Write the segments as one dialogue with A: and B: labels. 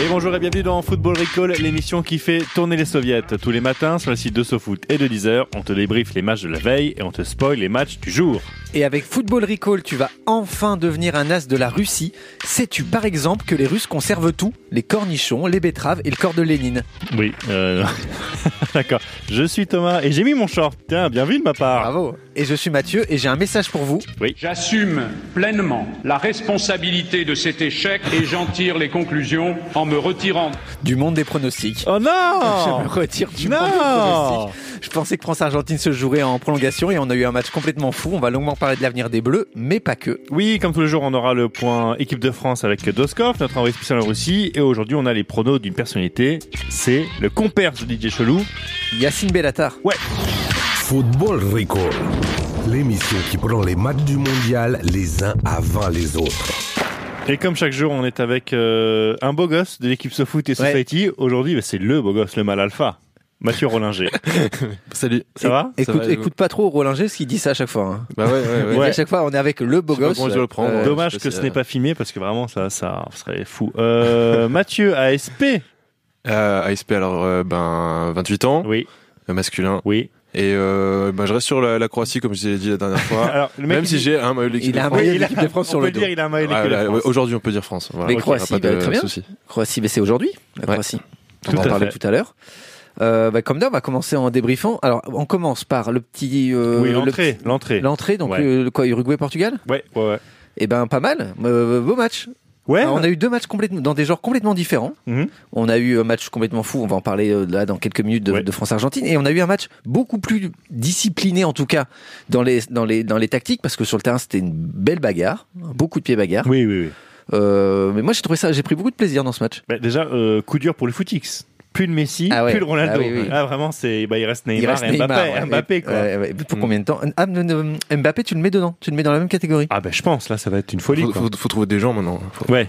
A: Et bonjour et bienvenue dans Football Recall, l'émission qui fait tourner les soviets. Tous les matins sur le site de SoFoot et de Deezer, on te débriefe les matchs de la veille et on te spoil les matchs du jour.
B: Et avec Football Recall, tu vas enfin devenir un as de la Russie. Sais-tu par exemple que les Russes conservent tout Les cornichons, les betteraves et le corps de Lénine.
A: Oui, euh, d'accord. Je suis Thomas et j'ai mis mon short. Tiens, bien vu de ma
C: Ah.
A: part.
B: Bravo Et je suis Mathieu et j'ai un message pour vous.
D: J'assume pleinement la responsabilité de cet échec et j'en tire les conclusions en me retirant
B: Du monde des pronostics.
A: Oh
B: Je
A: non
B: me retire du
A: Non
B: monde des pronostics. Je pensais que France-Argentine se jouerait en prolongation et on a eu un match complètement fou. On va longuement parler de l'avenir des Bleus, mais pas que.
A: Oui, comme tous les jours, on aura le point équipe de France avec Doskov, notre envoyé spécial en Russie. Et aujourd'hui, on a les pronos d'une personnalité. C'est le compère de DJ Chelou.
B: Yacine Bellatar.
A: Ouais,
E: Football Recall. L'émission qui prend les matchs du mondial les uns avant les autres.
A: Et comme chaque jour, on est avec euh, un beau gosse de l'équipe SoFoot et Society. Aujourd'hui, bah, c'est le beau gosse, le mal alpha. Mathieu Rollinger.
C: Salut.
A: Ça va
C: Ça
B: Écoute,
C: va, et vous
B: écoute pas trop Rollinger parce qu'il dit ça à chaque fois. hein.
C: Bah ouais, ouais, ouais.
A: Ouais.
B: À chaque fois, on est avec le beau
C: Je sais pas
B: gosse.
C: comment je dois le prendre.
B: Euh,
A: Dommage
C: je sais
A: que
C: pas
A: ce
C: si,
A: n'est
C: euh,
A: pas filmé parce que vraiment, ça, ça serait fou. Euh, Mathieu ASP.
C: Euh, ASP, alors, euh, ben, 28 ans,
A: Oui,
C: euh, masculin.
A: oui.
C: Et euh, ben, je reste sur la, la Croatie, comme je l'ai dit la dernière fois.
A: Ah, Alors, le mec,
C: Même
A: il
C: si
A: dit-
C: j'ai un maillot de l'équipe
B: Il
C: de
B: a un
C: France.
B: maillot de
A: Oui, il a-
B: l'équipe de France
A: on
B: sur
A: peut
B: le
A: le
B: dos.
A: dire, il a un maillot de
C: Ouais,
A: l'équipe
C: là,
A: de
C: ouais,
A: France.
C: Aujourd'hui, on peut dire France. Voilà.
B: Mais
C: Ok,
B: Croatie,
C: pas
B: bah,
C: de
B: très bien.
C: souci.
B: Croatie, mais c'est aujourd'hui, la
C: Ouais.
B: Croatie.
A: Tout
B: on en
A: à
B: parlait
A: fait.
B: tout à l'heure. Euh, bah, comme d'hab, on va commencer en débriefant. Alors, on commence par le petit. euh,
A: Oui,
B: le
A: l'entrée,
B: petit-
A: l'entrée.
B: L'entrée, donc
A: Ouais.
B: le- le quoi, Uruguay-Portugal
A: Ouais, ouais, ouais.
B: Eh ben, pas mal. Euh, beau match.
A: Ouais,
B: Alors, Ah, on a eu deux matchs complètement dans des genres complètement différents.
A: Mhm.
B: On a eu un match complètement fou. On va en parler euh, là dans quelques minutes de,
A: Ouais.
B: de France-Argentine. Et on a eu un match beaucoup plus discipliné en tout cas dans les dans les dans les tactiques parce que sur le terrain c'était une belle bagarre, beaucoup de pieds bagarre.
A: Oui, oui, oui.
B: Euh, mais moi j'ai trouvé ça, j'ai pris beaucoup de plaisir dans ce match.
A: Bah, déjà, euh, coup dur pour le footix. Plus le Messi,
B: Ah ouais.
A: plus le Ronaldo. Ah,
B: Ah oui, oui.
A: vraiment, c'est, bah, il reste Neymar
B: Il reste
A: et Mbappé,
B: Neymar, ouais.
A: Mbappé, quoi.
B: Ouais, ouais. Pour
C: Mm.
B: combien de temps Ah, ne- ne- Mbappé, tu le mets dedans. Tu le mets dans la même catégorie.
A: Ah, ben, je pense, là, ça va être une folie,
C: Faut,
A: quoi.
C: faut, faut trouver des gens maintenant. Faut-
A: Ouais.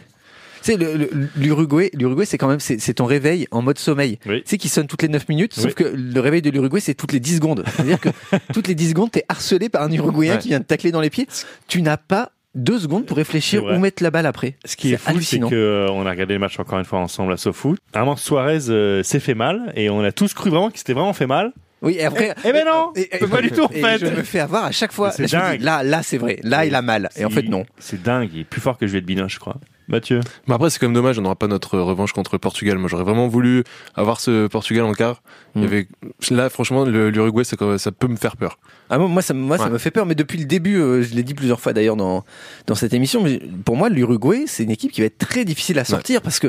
B: Tu sais, le- le- l'Uruguay, l'Uruguay, c'est quand même, c'est c'est ton réveil en mode sommeil.
A: Oui.
B: Tu sais, qui sonne toutes les 9 minutes,
A: Oui.
B: sauf que le réveil de l'Uruguay, c'est toutes les 10 secondes. C'est-à-dire que toutes les 10 secondes, t'es harcelé par un Uruguayen
C: Ouais.
B: qui vient te tacler dans les pieds. Tu n'as pas deux secondes pour réfléchir
A: C'est vrai.
B: où mettre la balle après.
A: Ce qui est, fou, c'est
B: hallucinant.
A: que euh, on a regardé le match encore une fois ensemble à SoFoot. Vraiment, Suarez euh, s'est fait mal et on a tous cru vraiment qu'il s'était vraiment fait mal.
B: Oui, et après.
A: Eh ben non,
B: Et- et-
A: pas du tout en
B: et
A: fait.
B: je me fais avoir à chaque fois.
A: C'est
B: Là, je me dis,
A: dingue.
B: là, là, c'est vrai. Là, il a mal. Et en fait,
A: Il-
B: non.
A: C'est dingue, il est plus fort que Juliette Binoche, je crois. Mathieu.
C: Mais après, c'est quand même dommage, on n'aura pas notre revanche contre le Portugal. Moi, j'aurais vraiment voulu avoir ce Portugal en quart. Il
A: Hmm.
B: Mm.
C: y avait... Là, franchement, le- l'Uruguay, ça, ça peut me faire peur.
B: Ah, moi, moi, ça, me- moi ça
C: Ouais.
B: me fait peur, mais depuis le début, euh, je l'ai dit plusieurs fois d'ailleurs dans, dans cette émission, mais pour moi, l'Uruguay, c'est une équipe qui va être très difficile à sortir parce que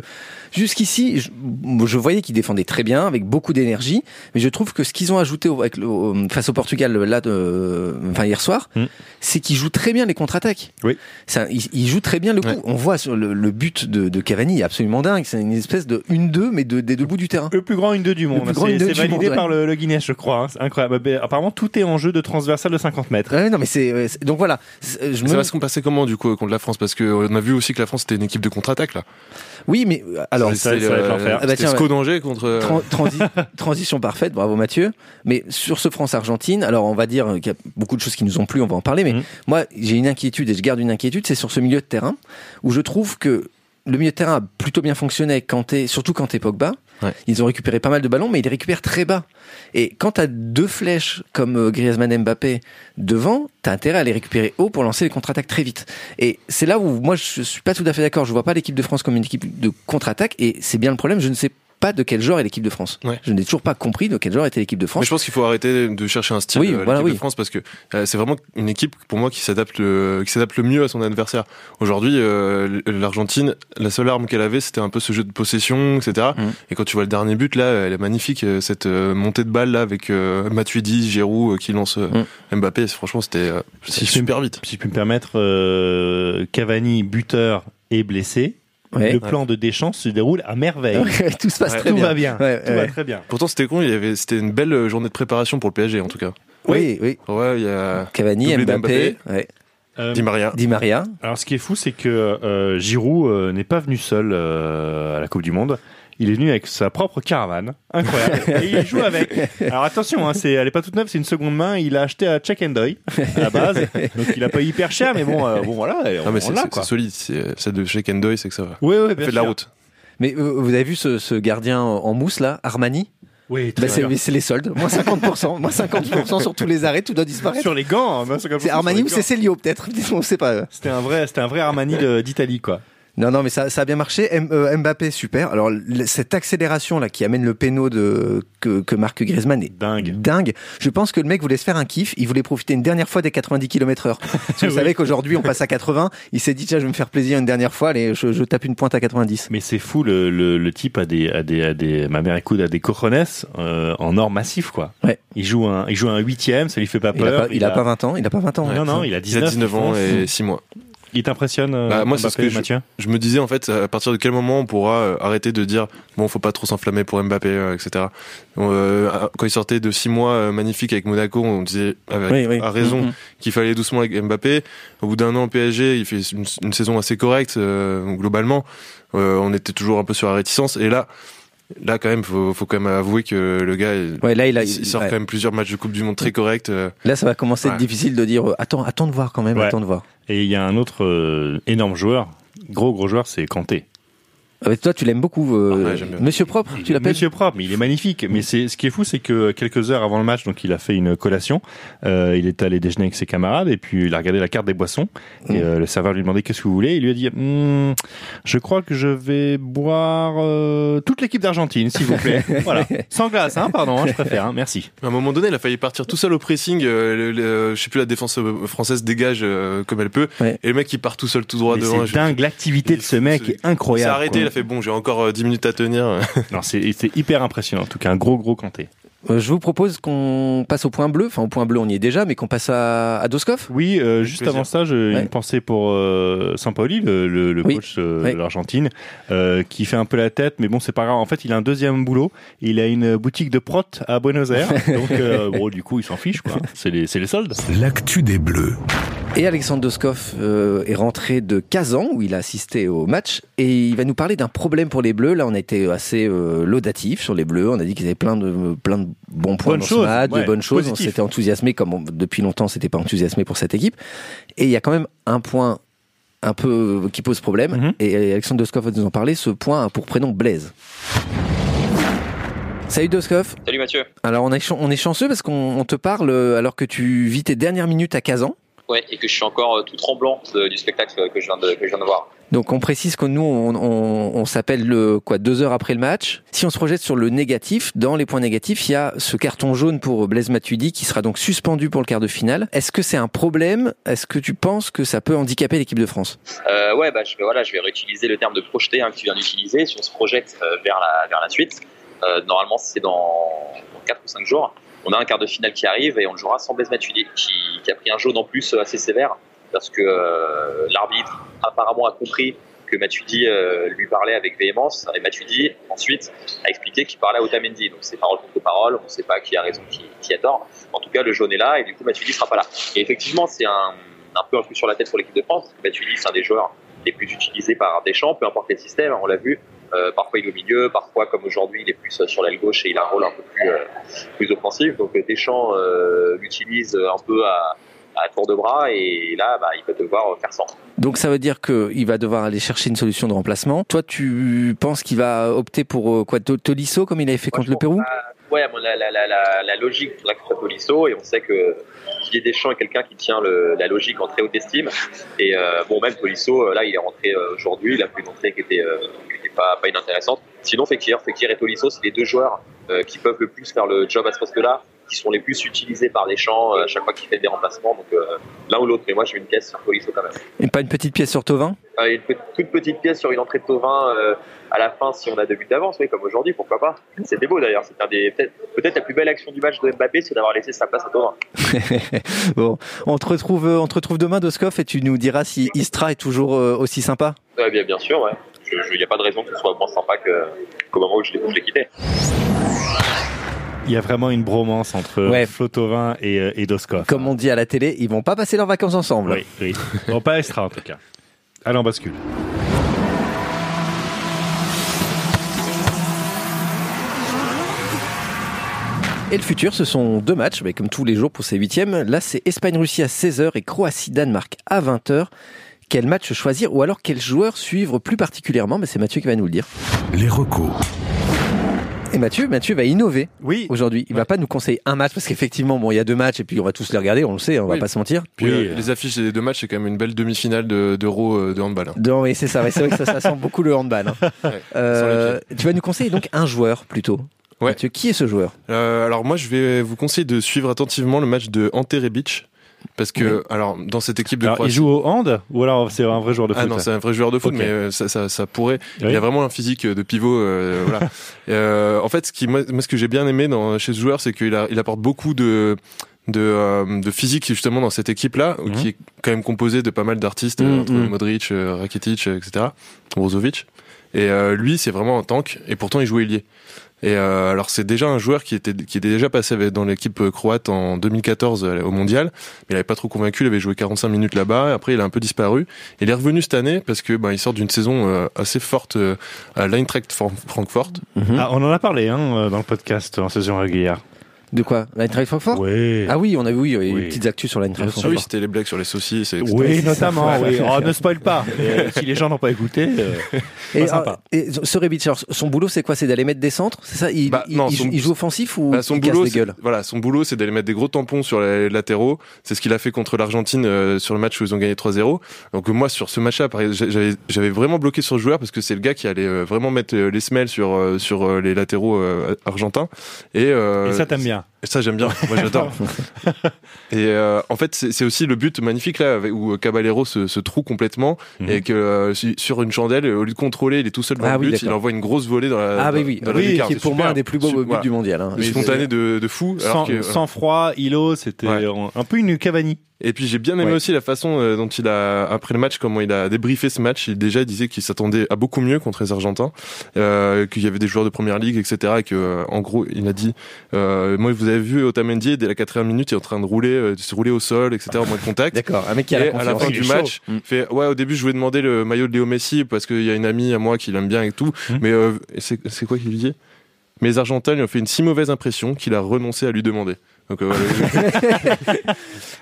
B: jusqu'ici, je, je voyais qu'ils défendaient très bien, avec beaucoup d'énergie, mais je trouve que ce qu'ils ont ajouté au- avec le- au- face au Portugal là, de, enfin, hier soir,
A: Mm.
B: c'est qu'ils jouent très bien les contre-attaques.
A: Oui.
B: Ça, ils, ils jouent très bien le coup.
C: Ouais.
B: On voit sur le, le but de, de Cavani, absolument dingue, c'est une espèce de 1-2, mais de, des deux bouts du terrain.
A: Le plus grand une 2 du monde.
B: plus grand
A: C'est
B: une-deux
A: c'est
B: du
A: validé
B: monde, ouais.
A: par le, le Guinness, je crois. hein. C'est incroyable. Ben, Apparemment, tout est en jeu de transversal de 50 mètres.
B: Ouais, non, mais c'est, ouais, c'est- donc voilà. C'est- euh, Je
C: Mais
B: me-
C: Ça va se passer comment, du coup, contre la France Parce que euh, on a vu aussi que la France, c'était une équipe de contre-attaque, là.
B: Oui, mais euh, alors.
A: Ça, ça va être l'enfer.
B: Ah bah
C: C'était
B: tiens,
C: Sco danger contre. euh,
B: Tran- transi- transition parfaite, bravo Mathieu. Mais sur ce France-Argentine, alors on va dire qu'il y a beaucoup de choses qui nous ont plu, on va en parler, mais
A: Mhm.
B: moi j'ai une inquiétude et je garde une inquiétude, c'est sur ce milieu de terrain où je trouve que le milieu de terrain a plutôt bien fonctionné, avec Kanté, surtout quand t'es Pogba.
C: Ouais.
B: Ils ont récupéré pas mal de ballons, mais ils les récupèrent très bas. Et quand t'as deux flèches comme euh, Griezmann et Mbappé devant, t'as intérêt à les récupérer haut pour lancer les contre-attaques très vite. Et c'est là où moi je suis pas tout à fait d'accord. Je vois pas l'équipe de France comme une équipe de contre-attaque et c'est bien le problème. Je ne sais pas de quel genre est l'équipe de France.
C: Ouais.
B: Je n'ai toujours pas compris de quel genre était l'équipe de
C: Mais
B: France.
C: je pense qu'il faut arrêter de chercher un style
B: Oui,
C: euh,
B: voilà,
C: l'équipe
B: oui.
C: de France parce que euh, c'est vraiment une équipe pour moi qui s'adapte le qui s'adapte le mieux à son adversaire. Aujourd'hui, euh, l'Argentine, la seule arme qu'elle avait, c'était un peu ce jeu de possession, etc.
B: Mhm.
C: Et quand tu vois le dernier but là, elle est magnifique euh, cette euh, montée de balle là avec euh, Matuidi, Giroud euh, qui lance euh,
B: Mm.
C: Mbappé. C'est- Franchement, c'était euh,
A: Si
C: super vite.
A: Si je puis me permettre, euh, Cavani, buteur et blessé.
B: Ouais.
A: Le plan de Deschamps se déroule à merveille.
B: tout se passe
C: Ouais.
B: très
A: Tout
B: bien.
A: va bien.
B: Ouais,
A: Tout
B: ouais.
A: va très bien.
C: euh, Pourtant, c'était con. Il y avait c'était une belle journée de préparation pour le PSG en tout cas.
B: Oui, oui.
C: Ouais, il y a
B: Cavani,
C: Doublé
B: Mbappé,
C: d'Mbappé.
B: ouais.
A: Euh,
C: Di Maria.
B: Di Maria.
A: Alors, ce qui est fou, c'est que euh, Giroud euh, n'est pas venu seul euh, à la Coupe du Monde. Il est venu avec sa propre caravane. Incroyable. Et il joue avec. Alors, attention, hein, c'est, elle n'est pas toute neuve, c'est une seconde main. Il l'a acheté à Check and Doy, à la base. Donc, il a pas hyper cher, mais bon, euh, bon voilà.
C: Ah, mais
A: on
C: c'est
A: l'a,
C: c'est-
A: quoi.
C: c'est solide. C'est c'est de chez Kendoy, c'est que ça va.
A: Oui, oui,
C: Fait de la route.
B: Mais euh, vous avez vu ce, ce gardien en mousse là, Armani
A: Oui,
B: Bah, c'est mais c'est les soldes, moins 50%, moins 50% sur tous les arrêts, tout doit disparaître.
A: Sur les gants. hein, sur
B: C'est Armani
A: les
B: ou
A: gants.
B: c'est Célio peut-être On sait pas. euh.
A: C'était un vrai, c'était un vrai Armani de- d'Italie, quoi.
B: Non, non, mais ça, ça a bien marché. M- euh, Mbappé, super. Alors, l- cette accélération là qui amène le péno de, que, que marque Griezmann est
A: Dingue.
B: dingue. Je pense que le mec voulait se faire un kiff. Il voulait profiter une dernière fois des 90 km heure. Parce que vous savez qu'aujourd'hui, on passe à 80. Il s'est dit, tiens, je vais me faire plaisir une dernière fois. Allez, je, je tape une pointe à 90.
A: Mais c'est fou, le, le, le type a des, a des, a des, ma mère écoute, a des cojones euh, en or massif, quoi.
B: Ouais.
A: Il joue un, il joue un huitième, ça lui fait pas
B: Il a
A: peur.
B: pas, il a pas 20 ans. Il a pas 20 ans.
A: Non, non, il a
C: Il a
A: 19,
C: 19 ans
A: il
C: et 6 mois.
A: Il t'impressionne, euh,
C: Bah, moi, c'est
A: Mbappé,
C: ce que je-
A: Mathieu
C: Je me disais en fait à partir de quel moment on pourra euh, arrêter de dire bon faut pas trop s'enflammer pour Mbappé euh, etc. Euh, euh, quand il sortait de six mois euh, magnifiques avec Monaco on disait avec,
B: Oui, oui.
C: à raison
B: Mhm.
C: qu'il fallait aller doucement avec Mbappé. Au bout d'un an au PSG il fait une, une saison assez correcte euh, globalement. Euh, on était toujours un peu sur la réticence et là là quand même faut, faut quand même avouer que le gars il,
B: Ouais, là, il a,
C: il sort
B: ouais.
C: quand même plusieurs matchs de Coupe du Monde très corrects. euh,
B: Là, ça va commencer à être
C: Ouais.
B: difficile de dire, euh, attends, attends de voir quand même,
A: Ouais.
B: attends de voir.
A: Et il y a un autre euh, énorme joueur, gros gros joueur, c'est Kanté.
B: Ah, mais toi, tu l'aimes beaucoup, euh,
C: Ah ouais, j'aime bien.
B: Monsieur Propre, tu l'appelles
A: Monsieur propre, mais il est magnifique. Mais c'est ce qui est fou, c'est que quelques heures avant le match, donc il a fait une collation. euh, il est allé déjeuner avec ses camarades et puis il a regardé la carte des boissons.
B: Mm.
A: Et euh, le serveur lui demandait qu'est-ce que vous voulez. Il lui a dit Hmm, je crois que je vais boire euh, toute l'équipe d'Argentine, s'il vous plaît. voilà, sans glace, hein, pardon, hein, je préfère. hein, merci.
C: À un moment donné, elle a failli partir tout seul au pressing. euh, le- le- je sais plus, la défense euh, française dégage euh, comme elle peut.
B: Ouais.
C: Et le mec, il part tout seul, tout droit
A: Mais
C: devant.
A: C'est dingue, l'activité de ce mec est
C: Il s'est
A: incroyable.
C: arrêté, il a fait bon, j'ai encore euh, 10 minutes à tenir.
A: quoi. Non, c'est c'est hyper impressionnant. En tout cas, un gros gros Kanté.
B: Euh, Je vous propose qu'on passe au point bleu. Enfin, au point bleu, on y est déjà, mais qu'on passe à, à Doskov.
A: Oui, euh, juste
C: plaisir.
A: avant ça, j'ai
B: Ouais.
A: une pensée pour euh, Sampaoli, le, le, le
B: Oui.
A: coach euh,
B: Oui.
A: de l'Argentine, euh, qui fait un peu la tête, mais bon, c'est pas grave. En fait, il a un deuxième boulot. Il a une boutique de prot à Buenos Aires. donc, euh, bon, du coup, il s'en fiche, quoi. C'est les, c'est les soldes.
E: L'actu des Bleus.
B: Et Alexandre Doskov euh, est rentré de Kazan, où il a assisté au match, et il va nous parler d'un problème pour les Bleus. Là, on a été assez euh, laudatif sur les Bleus. On a dit qu'ils avaient plein de plein de bons points
A: Bonnes
B: dans ce
A: choses,
B: match, de
A: ouais,
B: bonnes choses.
A: positif.
B: On s'était enthousiasmé, comme on- depuis longtemps, on s'était pas enthousiasmé pour cette équipe. Et il y a quand même un point un peu euh, qui pose problème.
A: Mhm.
B: Et Alexandre Doskov va nous en parler. Ce point a pour prénom Blaise. Salut Doskov.
F: Salut Mathieu.
B: Alors on est, chan- on est chanceux parce qu'on on te parle euh, alors que tu vis tes dernières minutes à Kazan.
F: Ouais, et que je suis encore euh, tout tremblant de- du spectacle euh, que je viens de, que je viens de voir.
B: Donc on précise que nous on, on- on s'appelle le quoi deux heures après le match. Si on se projette sur le négatif, dans les points négatifs, il y a ce carton jaune pour Blaise Matuidi qui sera donc suspendu pour le quart de finale. Est-ce que c'est un problème Est-ce que tu penses que ça peut handicaper l'équipe de France
F: Euh, ouais, bah, je, vais- voilà, je vais réutiliser le terme de projeter hein, que tu viens d'utiliser. Si on se projette euh, vers, la, vers la suite, euh, normalement c'est dans, dans 4 ou 5 jours. On a un quart de finale qui arrive et on le jouera sans Blaise Matuidi qui, qui a pris un jaune en plus euh, assez sévère parce que euh, l'arbitre apparemment a compris que Matuidi euh, lui parlait avec véhémence et Matuidi ensuite a expliqué qu'il parlait à Otamendi. Donc c'est parole contre parole, on ne sait pas qui a raison, qui, qui a tort. En tout cas, le jaune est là et du coup Matuidi sera pas là. Et effectivement, c'est un, un peu un coup sur la tête pour l'équipe de France parce que Matuidi c'est un des joueurs les plus utilisés par Deschamps, peu importe les systèmes, on l'a vu. Euh, parfois il est au milieu, parfois comme aujourd'hui il est plus euh, sur l'aile gauche et il a un rôle un peu plus, euh, plus offensif. Donc euh, Deschamps euh, l'utilise euh, un peu à, à tour de bras et là bah, il peut devoir euh, faire sans.
B: Donc ça veut dire que il va devoir aller chercher une solution de remplacement. Toi tu penses qu'il va opter pour euh, quoi To- Tolisso comme il avait fait contre le Pérou
F: Ouais, bon, la, la, la, la, la logique faudrait que ce soit Tolisso et on sait que Didier Deschamps est quelqu'un qui tient le, la logique en très haute estime. Et euh, bon, même Tolisso, euh, là, il est rentré euh, aujourd'hui, il a fait une entrée qui était, euh, qui était pas, pas inintéressante. Sinon, Fekir, Fekir et Tolisso, c'est les deux joueurs euh, qui peuvent le plus faire le job à ce poste-là, qui sont les plus utilisés par Deschamps euh, à chaque fois qu'il fait des remplacements. Donc euh, l'un ou l'autre, mais moi, j'ai une pièce sur Tolisso quand même.
B: Et pas une petite pièce sur Tovin
F: Euh, une pe- toute petite pièce sur une entrée de Tovin euh, à la fin si on a deux buts d'avance, oui, comme aujourd'hui, pourquoi pas. C'était beau d'ailleurs, c'était un des peut-être peut-être la plus belle action du match de Mbappé, c'est d'avoir laissé sa place à Tovin.
B: Bon, on te retrouve euh, on te retrouve demain Doskov et tu nous diras si Istra est toujours euh, aussi sympa.
F: Ouais, bien, bien sûr, ouais. Il n'y a pas de raison que ce soit moins sympa que- qu'au moment où je l'ai où je l'ai quitté.
A: Il y a vraiment une bromance entre euh,
B: Ouais.
A: Flotovin et, euh, et Doskov.
B: Comme on dit à la télé, ils vont pas passer leurs vacances ensemble.
A: Oui, oui. Bon, pas extra en tout cas. Allez, on bascule.
B: Et le futur, ce sont deux matchs, mais comme tous les jours pour ces huitièmes. Là, c'est Espagne-Russie à 16h et Croatie-Danemark à 20h. Quel match choisir ou alors quel joueur suivre plus particulièrement Mais C'est Mathieu qui va nous le dire.
E: Les recos.
B: Et Mathieu, Mathieu va innover
A: Oui.
B: aujourd'hui. Il va pas nous conseiller un match parce qu'effectivement, bon, il y a deux matchs et puis on va tous les regarder, on le sait, on va
C: Oui.
B: pas se mentir.
C: Puis
A: Oui,
C: euh,
A: euh.
C: les affiches des deux matchs, c'est quand même une belle demi-finale de- d'Euro euh, de handball. hein.
B: Non, mais c'est ça, ouais, c'est vrai que ça, ça sent beaucoup le handball. hein.
C: Ouais,
B: Euh, tu vas nous conseiller donc un joueur plutôt.
C: Ouais.
B: Mathieu, qui est ce joueur
C: Euh, alors moi, je vais vous conseiller de suivre attentivement le match de Ante Rebic parce que alors dans cette équipe de
A: Alors, il
C: Croatie.
A: joue au hand ou alors c'est un vrai joueur de foot
C: Ah non, c'est un vrai joueur de foot,
A: Ok.
C: mais euh, ça, ça, ça pourrait.
A: Oui.
C: Il a vraiment un physique euh, de pivot. euh, voilà. Euh, en fait, ce qui, moi, moi, ce que j'ai bien aimé dans, chez ce joueur, c'est qu'il a- il apporte beaucoup de de, euh, de physique justement dans cette équipe là
A: Mhm.
C: qui est quand même composée de pas mal d'artistes euh,
B: Mhm,
C: entre
B: mhm.
C: Modric euh, Rakitic euh, etc Brozovic et euh, lui c'est vraiment un tank et pourtant il joue ailier et euh, alors c'est déjà un joueur qui était qui était déjà passé avec- dans l'équipe euh, croate en 2014 euh, au mondial mais il avait pas trop convaincu il avait joué 45 minutes là-bas et après il a un peu disparu il est revenu cette année parce que ben il sort d'une saison euh, assez forte euh, à l'Eintracht Fran- Francfort.
A: Ah, on en a parlé hein, euh, dans le podcast en saison régulière.
B: De quoi L'Eintracht Francfort
A: Oui.
B: Ah oui, on a vu, oui, il y a eu
A: Oui.
B: des petites actus sur l'Eintracht
C: Ah
B: Francfort.
C: oui, c'était les blagues sur les saucisses. et etc.
A: Oui, notamment. oui. Oh, ne spoil pas. Euh, si les gens n'ont pas écouté, euh,
B: Et,
C: Bah,
A: Pas sympa.
B: euh, et ce Rebic, alors, son boulot, c'est quoi C'est d'aller mettre des centres C'est ça il,
C: Bah,
B: il-
C: non,
B: il
C: son-
B: joue- il joue offensif ou
C: Bah, son
B: il
C: boulot,
B: casse des
C: c'est-
B: gueules
C: voilà, son boulot, c'est d'aller mettre des gros tampons sur les latéraux. C'est ce qu'il a fait contre l'Argentine euh, sur le match où ils ont gagné 3-0. Donc euh, moi, sur ce match-là, par exemple, j'avais j'avais vraiment bloqué sur le joueur parce que c'est le gars qui allait euh, vraiment mettre euh, les semelles sur euh, sur euh, les latéraux euh, argentins. Et, euh,
A: et ça t'aime bien.
C: Et Ça, j'aime bien. Moi, j'adore. et euh, en fait, c'est c'est aussi le but magnifique là, avec- où Caballero se, se troue complètement
A: Mhm.
C: et que euh, su- sur une chandelle, au lieu de contrôler, il est tout seul dans
B: Ah
C: le
B: oui,
C: but,
B: d'accord.
C: il envoie une grosse volée dans la.
B: Ah
C: dans-
B: oui, oui,
C: dans la
B: oui,
C: lucarne.
B: qui est pour moi
C: Super.
B: un des plus beaux
C: Super.
B: buts du mondial. hein.
C: Mais
B: Et-
C: spontané de, de fou. alors
A: Sans,
C: que- euh,
A: sans froid, îlot, c'était
C: Ouais.
A: un- un peu une Cavani.
C: Et puis j'ai bien aimé
A: Ouais.
C: aussi la façon euh, dont il a après le match, comment il a débriefé ce match. Il déjà disait qu'il s'attendait à beaucoup mieux contre les Argentins, euh, qu'il y avait des joueurs de première ligue, etc. Et que euh, en gros, il a dit, euh, moi vous avez vu Otamendi dès la quatrième minute, il est en train de rouler, euh, de se rouler au sol, etc. Au moins de contact.
B: D'accord, un mec qui
C: Et
B: a la
C: à la
B: confiance.
C: fin
A: Il est
C: du match,
B: chaud. Mm.
C: il fait ouais au début je voulais demander le maillot de Léo Messi parce qu'il y a une amie à moi qui l'aime bien et tout,
A: Mm.
C: mais euh, c'est c'est quoi qu'il lui dit Mais les Argentins lui ont fait une si mauvaise impression qu'il a renoncé à lui demander. Donc euh, voilà,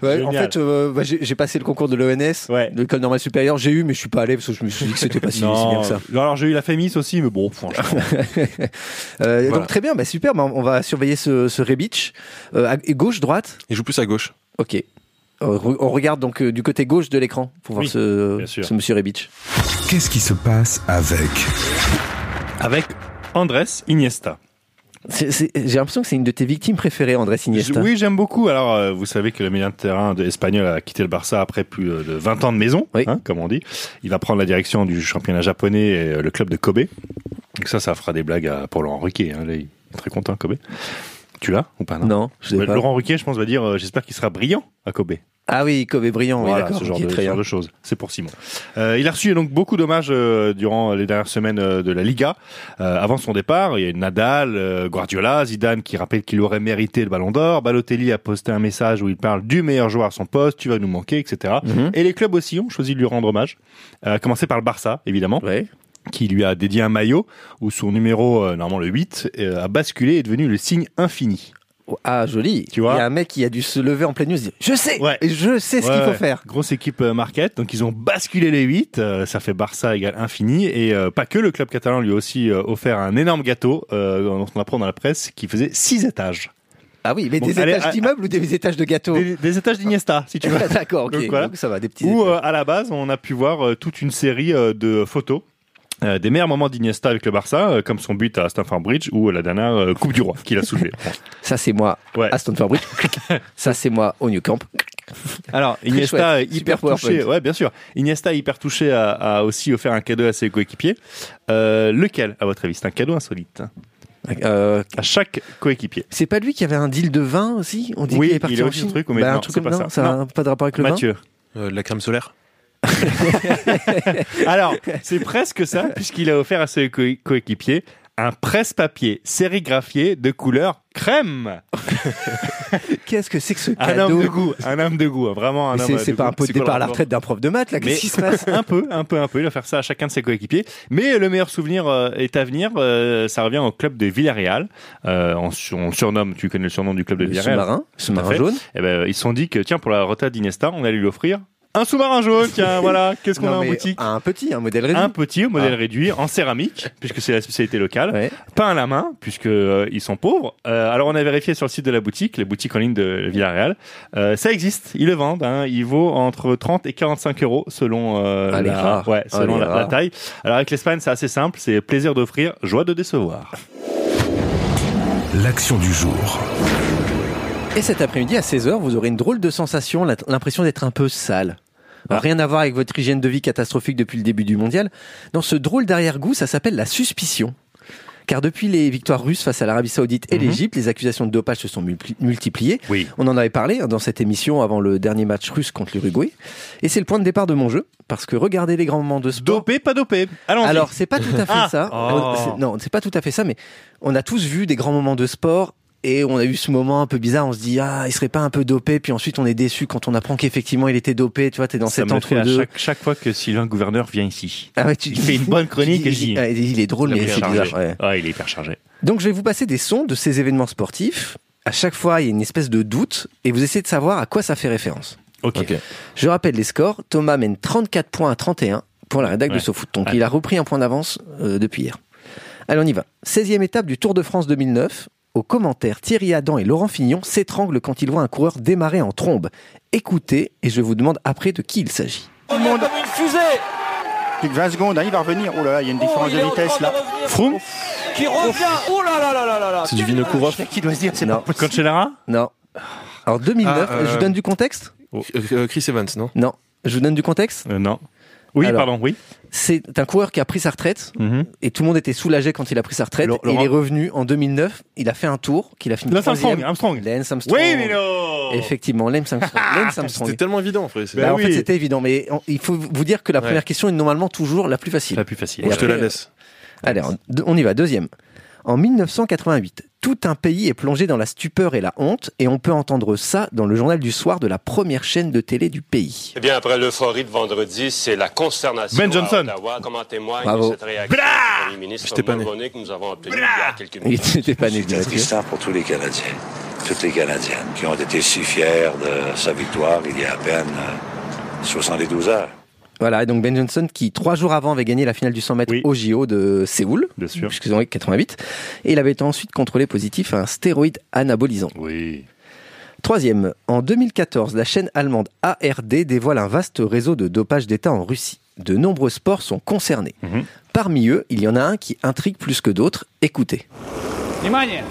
B: Ouais,
A: Génial.
B: en fait, euh, bah, j'ai j'ai passé le concours de l'ENS,
A: Ouais.
B: de l'école normale supérieure. J'ai eu, mais je suis pas allé parce que je me suis dit que c'était pas si, si bien que ça.
A: non, alors j'ai eu la Fémis aussi, mais bon, franchement.
B: Euh,
C: Voilà.
B: Donc très bien, bah, super. bah, on va surveiller ce, ce Rebic. Euh, à- et gauche, droite.
C: il joue plus à gauche.
B: Ok. Euh, re- on regarde donc euh, du côté gauche de l'écran pour voir
A: Oui,
B: ce,
A: bien sûr.
B: ce monsieur Rebic.
E: Qu'est-ce qui se passe avec
A: Avec Andrés Iniesta.
B: C'est- c'est- J'ai l'impression que c'est une de tes victimes préférées, Andrés Iniesta.
A: Oui, j'aime beaucoup. Alors, euh, vous savez que le milieu de terrain de- espagnol a quitté le Barça après plus euh, de 20 ans de maison,
B: Oui.
A: hein, comme on dit. Il va prendre la direction du championnat japonais, et, euh, le club de Kobe. Donc ça, ça fera des blagues à, pour Laurent Ruquier. hein. Là, il est très content, Kobe. Tu l'as ou pas non
B: Non, je
A: Bah,
B: l'ai pas.
A: Laurent Ruquier, je pense, va dire euh, j'espère qu'il sera brillant à Kobe.
B: Ah oui, Kobe Bryant, oui,
A: voilà,
B: d'accord.
A: ce genre,
B: ok,
A: de,
B: très
A: ce genre
B: bien.
A: de choses. C'est pour Simon. Euh, il a reçu donc beaucoup d'hommages euh, durant les dernières semaines euh, de la Liga. Euh, avant son départ, il y a eu Nadal, euh, Guardiola, Zidane qui rappelle qu'il aurait mérité le Ballon d'Or. Balotelli a posté un message où il parle du meilleur joueur à son poste, tu vas nous manquer, etc.
B: Mhm.
A: Et les clubs aussi ont choisi de lui rendre hommage. Euh, à commencer par le Barça, évidemment
B: Ouais.
A: qui lui a dédié un maillot où son numéro, euh, normalement le 8, euh, a basculé et est devenu le signe infini.
B: Ah, joli.
A: Tu vois
B: Il y a un mec qui a dû se lever en pleine nuit et se dire Je sais
A: Ouais.
B: Je sais ce qu'il
A: Ouais,
B: faut
A: ouais.
B: faire.
A: Grosse équipe euh, Marquette, donc ils ont basculé les 8, euh, ça fait Barça égale infini, et euh, pas que, le club catalan lui a aussi euh, offert un énorme gâteau, euh, dont on apprend dans la presse, qui faisait 6 étages.
B: Ah oui, mais
A: Bon,
B: des
A: allez,
B: étages
A: à-
B: d'immeubles ou des étages de gâteaux
A: Des, des étages d'Iniesta, si tu veux.
B: D'accord, ok.
A: Donc, voilà.
B: Donc, ça va, des petits.
A: Où
B: étages.
A: euh, à la base, on a pu voir euh, toute une série euh, de photos. euh, des meilleurs moments d'Iniesta avec le Barça, euh, comme son but à Stamford Bridge ou euh, la dernière euh, Coupe du Roi qu'il a soulevée.
B: Ça, c'est moi
A: euh, Ouais.
B: à Stamford Bridge. ça, c'est moi au New Camp.
A: Alors Iniesta
B: chouette.
A: est hyper
B: Super PowerPoint.
A: touché, ouais bien sûr. Iniesta est hyper touché a, a aussi offert un cadeau à ses coéquipiers. Euh, lequel, à votre avis, c'est un cadeau insolite
B: Euh,
A: à chaque coéquipier.
B: c'est pas lui qui avait un deal de vin aussi On dit
A: Oui,
B: qu'il est parti
A: il a
B: en
A: aussi un
B: Chine
A: truc, mais
B: Bah,
A: non,
B: un truc
A: c'est
B: comme
A: pas
B: non,
A: ça.
B: a un- pas de rapport avec le
A: Mathieu.
C: Euh, de la crème solaire.
A: Alors c'est presque ça puisqu'il a offert à ses coé- coéquipiers un presse-papier sérigraphié de couleur crème.
B: Qu'est-ce que c'est que ce
A: Un homme de
B: cadeau
A: goût, un homme de goût, hein, vraiment un
B: Mais
A: homme
B: c'est-
A: de
B: C'est pas
A: goût.
B: un pot de
A: quoi le
B: départ à la
A: rapport
B: retraite d'un prof de maths, là.
A: Mais-
B: Qu'est-ce qui se passe
A: un peu, un peu, un peu. Il va faire ça à chacun de ses coéquipiers. Mais le meilleur souvenir euh, est à venir. Euh, ça revient au club de Villarreal. Euh, on, sur- on le surnomme, tu connais le surnom du club de
B: Le
A: Villarreal.
B: sous-marin, sous-marin
A: fait.
B: jaune.
A: Eh ben, ils se sont dit que, tiens, pour la retraite d'Iniesta, on allait lui offrir un sous-marin jaune. Tiens, voilà, qu'est-ce qu'on
B: Non,
A: a en
B: mais
A: boutique
B: Un petit, un modèle réduit.
A: Un petit au modèle
B: Ah.
A: réduit en céramique, puisque c'est la spécialité locale.
B: Ouais.
A: Pain à la main, puisque euh, ils sont pauvres. Euh, alors on a vérifié sur le site de la boutique, la boutique en ligne de Villarreal. Euh, ça existe, ils le vendent. Hein, il vaut entre 30 et 45 euros selon euh,
B: Ah, les
A: la,
B: rares.
A: ouais,
B: Ah,
A: selon
B: les
A: la, la
B: rares.
A: taille. Alors avec l'Espagne, c'est assez simple. C'est plaisir d'offrir, joie de décevoir.
E: L'action du jour.
B: Et cet après-midi, à 16h, vous aurez une drôle de sensation, la- l'impression d'être un peu sale.
A: Ah.
B: Alors, Rien à voir avec votre hygiène de vie catastrophique depuis le début du mondial. Dans ce drôle d'arrière-goût, ça s'appelle la suspicion. Car depuis les victoires russes face à l'Arabie Saoudite et l'Égypte, les accusations de dopage se sont multi- multipliées.
A: Mhm. Oui.
B: On en avait parlé hein, dans cette émission avant le dernier match russe contre l'Uruguay. Et c'est le point de départ de mon jeu. Parce que regardez les grands moments de sport.
A: Dopé, pas dopé. Allons.
B: Alors, c'est pas tout à fait
A: Ah.
B: ça. On-
A: Oh.
B: c'est- Non, c'est pas tout à fait ça, mais on a tous vu des grands moments de sport et on a eu ce moment un peu bizarre. On se dit, ah, il serait pas un peu dopé, puis ensuite on est déçu quand on apprend qu'effectivement il était dopé, tu vois, t'es dans
A: ça
B: cet
A: me le fait à
B: entre-deux.
A: chaque, chaque fois que Sylvain Gouverneur vient ici.
B: Ah ouais, tu-
A: Il fait une bonne chronique
B: tu
A: et
B: dis,
A: je dis.
B: ah, Il est drôle,
A: Il
B: mais
A: est
B: c'est
A: chargé.
B: bizarre. ouais.
A: Ah, il est hyper chargé.
B: Donc je vais vous passer des sons de ces événements sportifs. À chaque fois, il y a une espèce de doute et vous essayez de savoir à quoi ça fait référence.
A: Ok.
C: Ok.
B: Je rappelle les scores. Thomas mène 34 points à 31 pour la rédac de
A: Ouais.
B: SoFoot. Donc
A: Ouais.
B: il a repris un point d'avance euh, depuis hier. Allez, on y va. 16e étape du Tour de France 2009. Au commentaire, Thierry Adam et Laurent Fignon s'étranglent quand ils voient un coureur démarrer en trombe. Écoutez et je vous demande après de qui il s'agit.
G: Plus que 20 secondes, hein, il va revenir. Oh là là, il y a une différence de vitesse là.
A: Froome,
C: C'est du Vinokourov.
G: Qui doit se dire, c'est
B: Non.
G: pas possible.
A: Cancellara.
B: Non. Alors 2009,
C: Ah, euh,
B: je vous donne du contexte
C: Euh, Chris Evans, non
B: Non. Je vous donne du contexte
A: Euh, non. Oui,
B: Alors.
A: pardon. Oui.
B: C'est un coureur qui a pris sa retraite
A: Mhm.
B: et tout le monde était soulagé quand il a pris sa retraite.
A: Laurent-
B: Et il est
A: Laurent-
B: revenu en 2009, il a fait un tour qu'il a fini
A: Lance Armstrong.
B: troisième.
A: Armstrong.
B: Lance Armstrong.
A: Oui, mais non.
B: Effectivement, Lance Armstrong. Lance Armstrong.
C: C'était tellement évident, après. c'est-
A: Ben
B: Bah, en
A: oui.
B: fait, c'était évident, mais on- il faut vous dire que la
C: Ouais.
B: première question est normalement toujours la plus facile.
A: La plus facile.
B: Et
C: Je te
B: après,
C: la laisse.
B: Allez, on, de- on y va. Deuxième. En 1988, tout un pays est plongé dans la stupeur et la honte, et on peut entendre ça dans le journal du soir de la première chaîne de télé du pays.
H: Eh bien, après l'euphorie de vendredi, c'est la consternation
A: Ben Johnson.
H: à Ottawa, comme en témoigne
B: Bravo.
H: cette réaction du Premier ministre
C: J'étais pas né.
H: Mulroney que nous avons obtenue il y a quelques
B: Il
H: minutes.
B: n'était pas né
I: C'est
B: bien
I: un
B: sûr.
I: tristard pour tous les Canadiens, toutes les Canadiennes, qui ont été si fiers de sa victoire il y a à peine euh, 72 heures.
B: Voilà, et donc Ben Johnson qui, trois jours avant, avait gagné la finale du 100 mètres
A: Oui.
B: au JO de Séoul,
A: Bien sûr.
B: excusez-moi, 88, et il avait été ensuite contrôlé positif à un stéroïde anabolisant.
A: Oui.
B: Troisième, en 2014, la chaîne allemande ARD dévoile un vaste réseau de dopage d'État en Russie. De nombreux sports sont concernés.
A: Mhm.
B: Parmi eux, il y en a un qui intrigue plus que d'autres. Écoutez.
J: Внимание!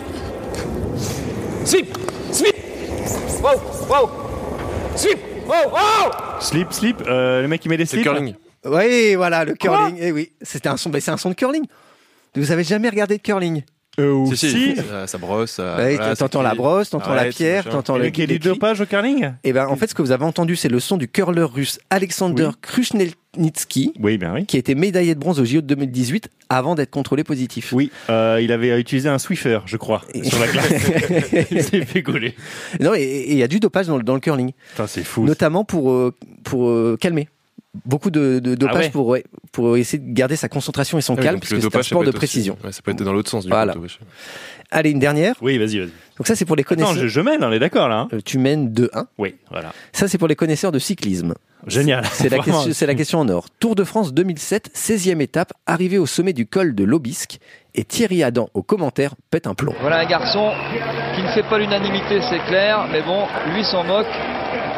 J: Свип! Свип! Воу! Воу! Свип! Воу! Воу!
A: Slip, slip. euh, le mec qui met des
C: C'est
A: slips.
C: curling.
B: Oui, voilà, le curling. Eh oui, c'était un son, mais c'est un son de curling. Vous avez jamais regardé de curling
A: Euh, ou si.
C: Ça, ça brosse. ça-
B: Ouais,
C: Ah, voilà, ça
B: Bah, T'entends la
C: crie.
B: brosse, t'entends la
C: Arrête,
B: pierre,
C: machin.
B: t'entends
A: Le
B: le.
A: mec qui a du
B: les cris.
A: dopage au curling
B: Eh ben, en fait, ce que vous avez entendu, c'est le son du curleur russe Alexander Krushnelnitsky,
A: Oui, ben oui.
B: qui a été médaillé de bronze au JO de 2018 avant d'être contrôlé positif.
A: Oui, euh, il avait utilisé un Swiffer, je crois,
B: Et-
A: sur la glace. il s'est fait gauler.
B: Non, et- et il y a du dopage dans le, dans le curling,
A: Putain, c'est fou.
B: notamment pour, euh, pour euh, calmer. Beaucoup de, de dopage
A: ouais.
B: pour, ouais, pour essayer de garder sa concentration et son
C: Ah oui,
B: calme,
C: donc
B: parce
C: le
B: que c'est un
C: dopage, ça
B: sport
C: peut
B: de
C: être aussi-
B: précision.
C: ouais, ça peut être dans l'autre sens, du
B: Voilà.
C: coup, le dopage.
B: Allez, une dernière.
A: Oui, vas-y, vas-y.
B: Donc ça, c'est pour les
A: Attends,
B: connaisseurs.
A: je, je mène, on est d'accord là. hein
B: Euh, Tu mènes 2-1.
A: oui, voilà.
B: Ça, c'est pour les connaisseurs de cyclisme.
A: Génial.
B: C'est la,
A: Vraiment.
B: question- c'est la question en or. Tour de France 2007, 16e étape, arrivé au sommet du col de l'Aubisque. Et Thierry Adam, au commentaire, pète un plomb.
J: Voilà un garçon qui ne fait pas l'unanimité, c'est clair, mais bon, lui s'en moque.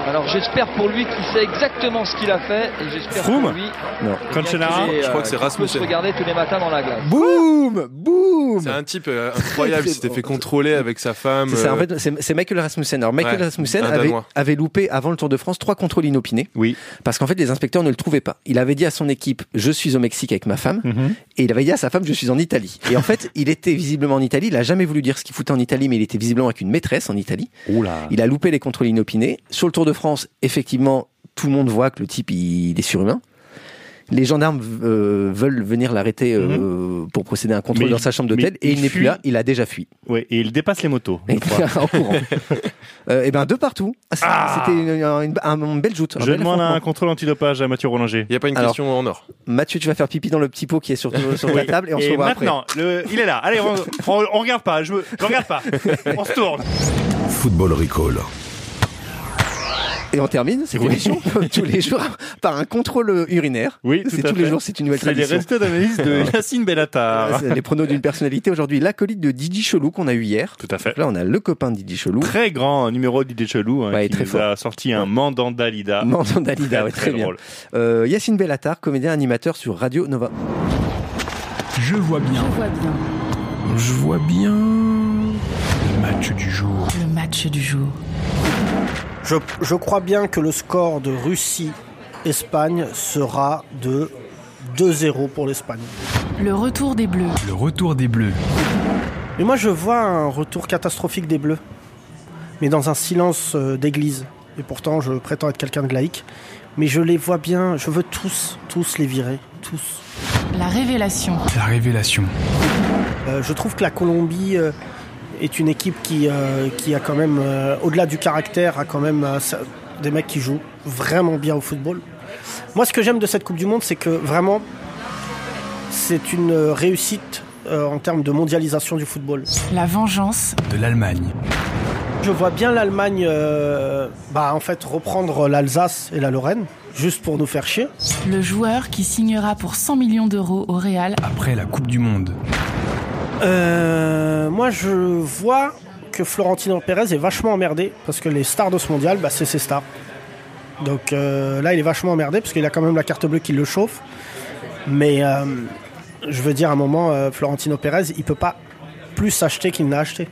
J: Alors j'espère pour lui qu'il sait exactement ce qu'il a fait et j'espère
A: Froome
J: pour lui.
B: Non.
J: eh bien,
A: Cancellara
J: qu'il est,
C: Je crois
J: euh,
C: que c'est
J: qu'il peut
C: Rasmussen.
J: se regarder tous les matins dans la glace.
B: Boum Boum
C: C'est un type euh, incroyable,
B: très
C: il s'était
B: bon.
C: fait contrôler avec sa femme.
B: C'est ça, en
C: euh,
B: fait, c'est c'est Michael Rasmussen. Alors, Michael
C: Ouais,
B: Rasmussen
C: un
B: avait,
C: Danois.
B: avait loupé avant le Tour de France trois contrôles inopinés
A: Oui.
B: parce qu'en fait, les inspecteurs ne le trouvaient pas. Il avait dit à son équipe Je suis au Mexique avec ma femme
A: Mhm.
B: et il avait dit à sa femme Je suis en Italie. Et en fait, il était visiblement en Italie. Il a jamais voulu dire ce qu'il foutait en Italie, mais il était visiblement avec une maîtresse en Italie.
A: Oula.
B: Il a loupé les contrôles inopinés. Sur le Tour de France, effectivement, tout le monde voit que le type, il est surhumain. Les gendarmes euh, veulent venir l'arrêter euh, pour procéder à un
A: Mhm.
B: contrôle
A: Mais
B: dans
A: il-
B: sa chambre
A: mais
B: d'hôtel et il,
A: il
B: n'est
A: fuit.
B: plus là, il a déjà fui.
A: Ouais, et il dépasse les motos. je crois.
B: en courant. Euh, et ben de partout. Ah, c'est- C'était une, une- un, un bel joute. un
A: Je
B: bel
A: demande un
B: affrontement.
A: contrôle antidopage à Mathieu Rollinger.
C: Il n'y a pas une
B: Alors,
C: question en or.
B: Mathieu, tu vas faire pipi dans le petit pot qui est sur, sur ta
A: Oui.
B: table et on se revoit après.
A: maintenant, le- il est là. Allez, on, on- on regarde pas. Je, me- je regarde pas. On se tourne.
E: Football Recall.
B: Et on termine cette émission comme tous les jours par un contrôle urinaire.
A: Oui,
B: c'est tous les jours, c'est une nouvelle
A: C'est les
B: tradition.
A: résultats
B: Euh,
A: d'analyse de Yacine Bellatar.
B: C'est les pronos d'une personnalité aujourd'hui, l'acolyte de Didi Chelou qu'on a eu hier.
A: Tout à fait.
B: Donc là, on a le copain de Didi Chelou.
A: Très grand euh, numéro d'Idée Chelou hein,
B: Ouais,
A: qui
B: très
A: nous
B: fort.
A: a sorti un mandant d'Alida.
B: Mandant d'Alida,
A: Très,
B: ouais, très bien.
A: drôle.
B: Euh, Yacine Bellatar, comédien animateur sur Radio Nova.
K: Je vois bien. Je vois bien. Le match du jour.
L: Le match du jour.
M: Je, je crois bien que le score de Russie-Espagne sera de 2-0 pour l'Espagne.
L: Le retour des Bleus.
K: Le retour des Bleus.
M: Mais moi, je vois un retour catastrophique des Bleus, mais dans un silence euh, d'église. Et pourtant, je prétends être quelqu'un de laïque. Mais je les vois bien, je veux tous, tous les virer, tous.
L: La révélation.
K: La révélation.
M: Euh, je trouve que la Colombie euh, est une équipe qui, euh, qui a quand même, euh, au-delà du caractère, a quand même euh, ça- des mecs qui jouent vraiment bien au football. Moi, ce que j'aime de cette Coupe du Monde, c'est que vraiment, c'est une euh, réussite euh, en termes de mondialisation du football.
L: La vengeance.
K: De l'Allemagne.
M: Je vois bien l'Allemagne, euh, bah, en fait, reprendre l'Alsace et la Lorraine, juste pour nous faire chier.
L: Le joueur qui signera pour 100 millions d'euros au Real.
K: Après la Coupe du Monde.
M: Euh, moi, je vois que Florentino Pérez est vachement emmerdé parce que les stars de ce mondial, bah, c'est ses stars. Donc euh, là, il est vachement emmerdé parce qu'il a quand même la carte bleue qui le chauffe. Mais euh, je veux dire, à un moment, euh, Florentino Pérez, il peut pas plus acheter qu'il n'a acheté.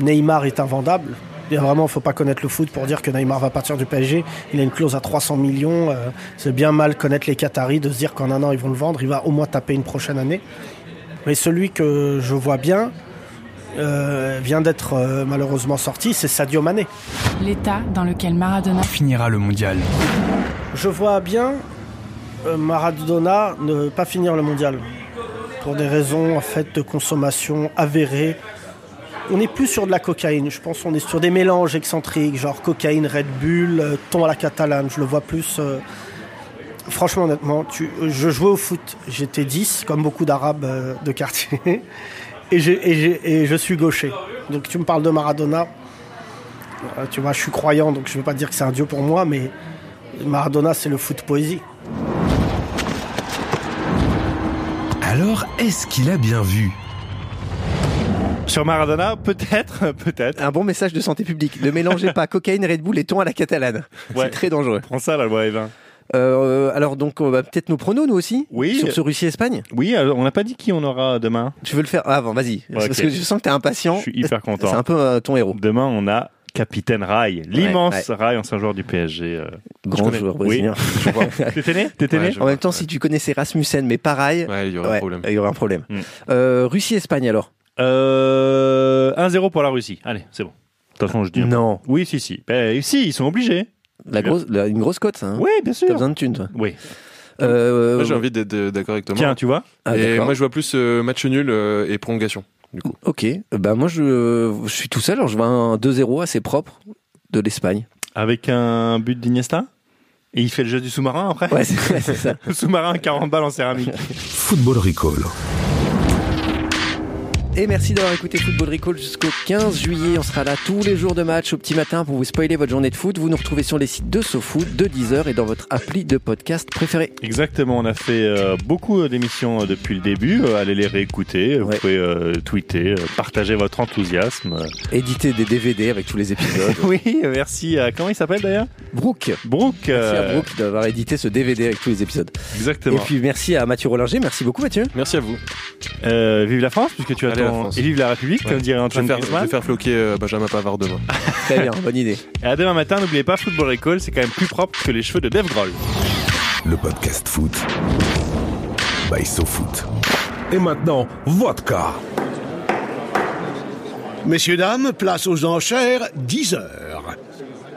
M: Neymar est invendable. Et vraiment, faut pas connaître le foot pour dire que Neymar va partir du PSG. Il a une clause à 300 millions. euh, c'est bien mal connaître les Qataris de se dire qu'en un an, ils vont le vendre. Il va au moins taper une prochaine année. Mais celui que je vois bien euh, vient d'être euh, malheureusement sorti, c'est Sadio Mané.
L: L'état dans lequel Maradona.
K: Finira le mondial.
M: Je vois bien euh, Maradona ne pas finir le mondial pour des raisons en fait de consommation avérée. On n'est plus sur de la cocaïne, je pense on est sur des mélanges excentriques, genre cocaïne, Red Bull, euh, thon à la catalane, je le vois plus. euh, Franchement, honnêtement, tu- euh, je jouais au foot, j'étais 10, comme beaucoup d'Arabes euh, de quartier, et, j'ai- et j'ai- et je suis gaucher. Donc tu me parles de Maradona, euh, tu vois, je suis croyant, donc je ne veux pas dire que c'est un dieu pour moi, mais Maradona, c'est le foot poésie.
E: Alors, est-ce qu'il a bien vu
A: Sur Maradona, peut-être, peut-être.
B: Un bon message de santé publique. Ne mélangez pas cocaïne, Red Bull et thon à la catalane.
A: Ouais.
B: C'est très dangereux.
A: Prends ça, la loi Evin.
B: Euh, alors donc, on va peut-être nos pronos nous aussi
A: Oui.
B: sur ce Russie-Espagne.
A: Oui, alors, on n'a pas dit qui on aura demain.
B: Tu veux le faire avant Vas-y,
A: Ok.
B: parce que je sens que t'es impatient.
A: Je suis hyper content.
B: C'est un peu euh, ton héros.
A: Demain, on a Capitaine Rai, l'immense
B: Ouais,
A: Rai, ancien joueur du PSG. euh, que je
B: Grand
A: connais.
B: joueur
A: Oui.
B: brésilien.
A: Je vois. T'étais né T'étais né
B: en même temps, si tu connaissais Rasmussen, mais pareil,
C: Ouais, il y aurait un
B: ouais,
C: problème.
B: il y aurait un problème.
A: Mm.
B: Euh, Russie-Espagne alors
A: Euh, 1-0 pour la Russie. Allez, c'est bon. De toute façon, je dis.
B: Non.
A: Oui, si, si. Ben, si, ils sont obligés.
B: La grosse, la- une grosse cote, ça, hein
A: Oui, bien
B: T'as
A: sûr.
B: besoin de thunes, toi.
A: Oui.
B: Euh,
C: Moi, j'ai envie d'être euh, d'accord avec Thomas.
A: Tiens, tu vois.
B: Ah,
C: et
B: d'accord.
C: moi, je vois plus euh, match nul euh, et prolongation. Du coup,
B: Ok, bah moi je, je suis tout seul, alors je vois un 2-0 assez propre de l'Espagne.
A: Avec un but d'Iniesta. Et il fait le jeu du sous-marin après
B: Ouais, c'est ouais, c'est ça.
A: Le sous-marin à 40 balles en céramique.
E: Football Recall.
B: Et merci d'avoir écouté Football Recall jusqu'au 15 juillet. On sera là tous les jours de match au petit matin pour vous spoiler votre journée de foot. Vous nous retrouvez sur les sites de SoFoot, de Deezer et dans votre appli de podcast préféré.
A: Exactement, on a fait euh, beaucoup euh, d'émissions euh, depuis le début. Euh, allez les réécouter, vous
B: Ouais.
A: pouvez euh, tweeter, euh, partager votre enthousiasme.
B: Éditez des DVD avec tous les épisodes.
A: Oui, euh, merci à. Comment il s'appelle d'ailleurs
B: Brooke,
A: Brooke.
B: merci
A: euh,
B: à Brooke d'avoir édité ce DVD avec tous les épisodes. Et
A: Exactement.
B: puis merci à Mathieu Rollinger, merci beaucoup Mathieu.
C: merci à vous.
A: Euh, vive la France, puisque tu as
C: Allez, la
A: ton.
C: France.
A: Et vive la République,
C: Ouais.
A: comme dirait
C: Je vais
A: Antoine
C: faire, je
A: Griezmann.
C: vais faire floquer euh, Benjamin Pavard demain.
B: Très bien, bonne idée.
A: Et à demain matin, n'oubliez pas, Football Recall, c'est quand même plus propre que les cheveux de Dave Grohl.
E: Le podcast foot. By SoFoot. Et maintenant, vodka.
N: Messieurs, dames, place aux enchères, 10 heures.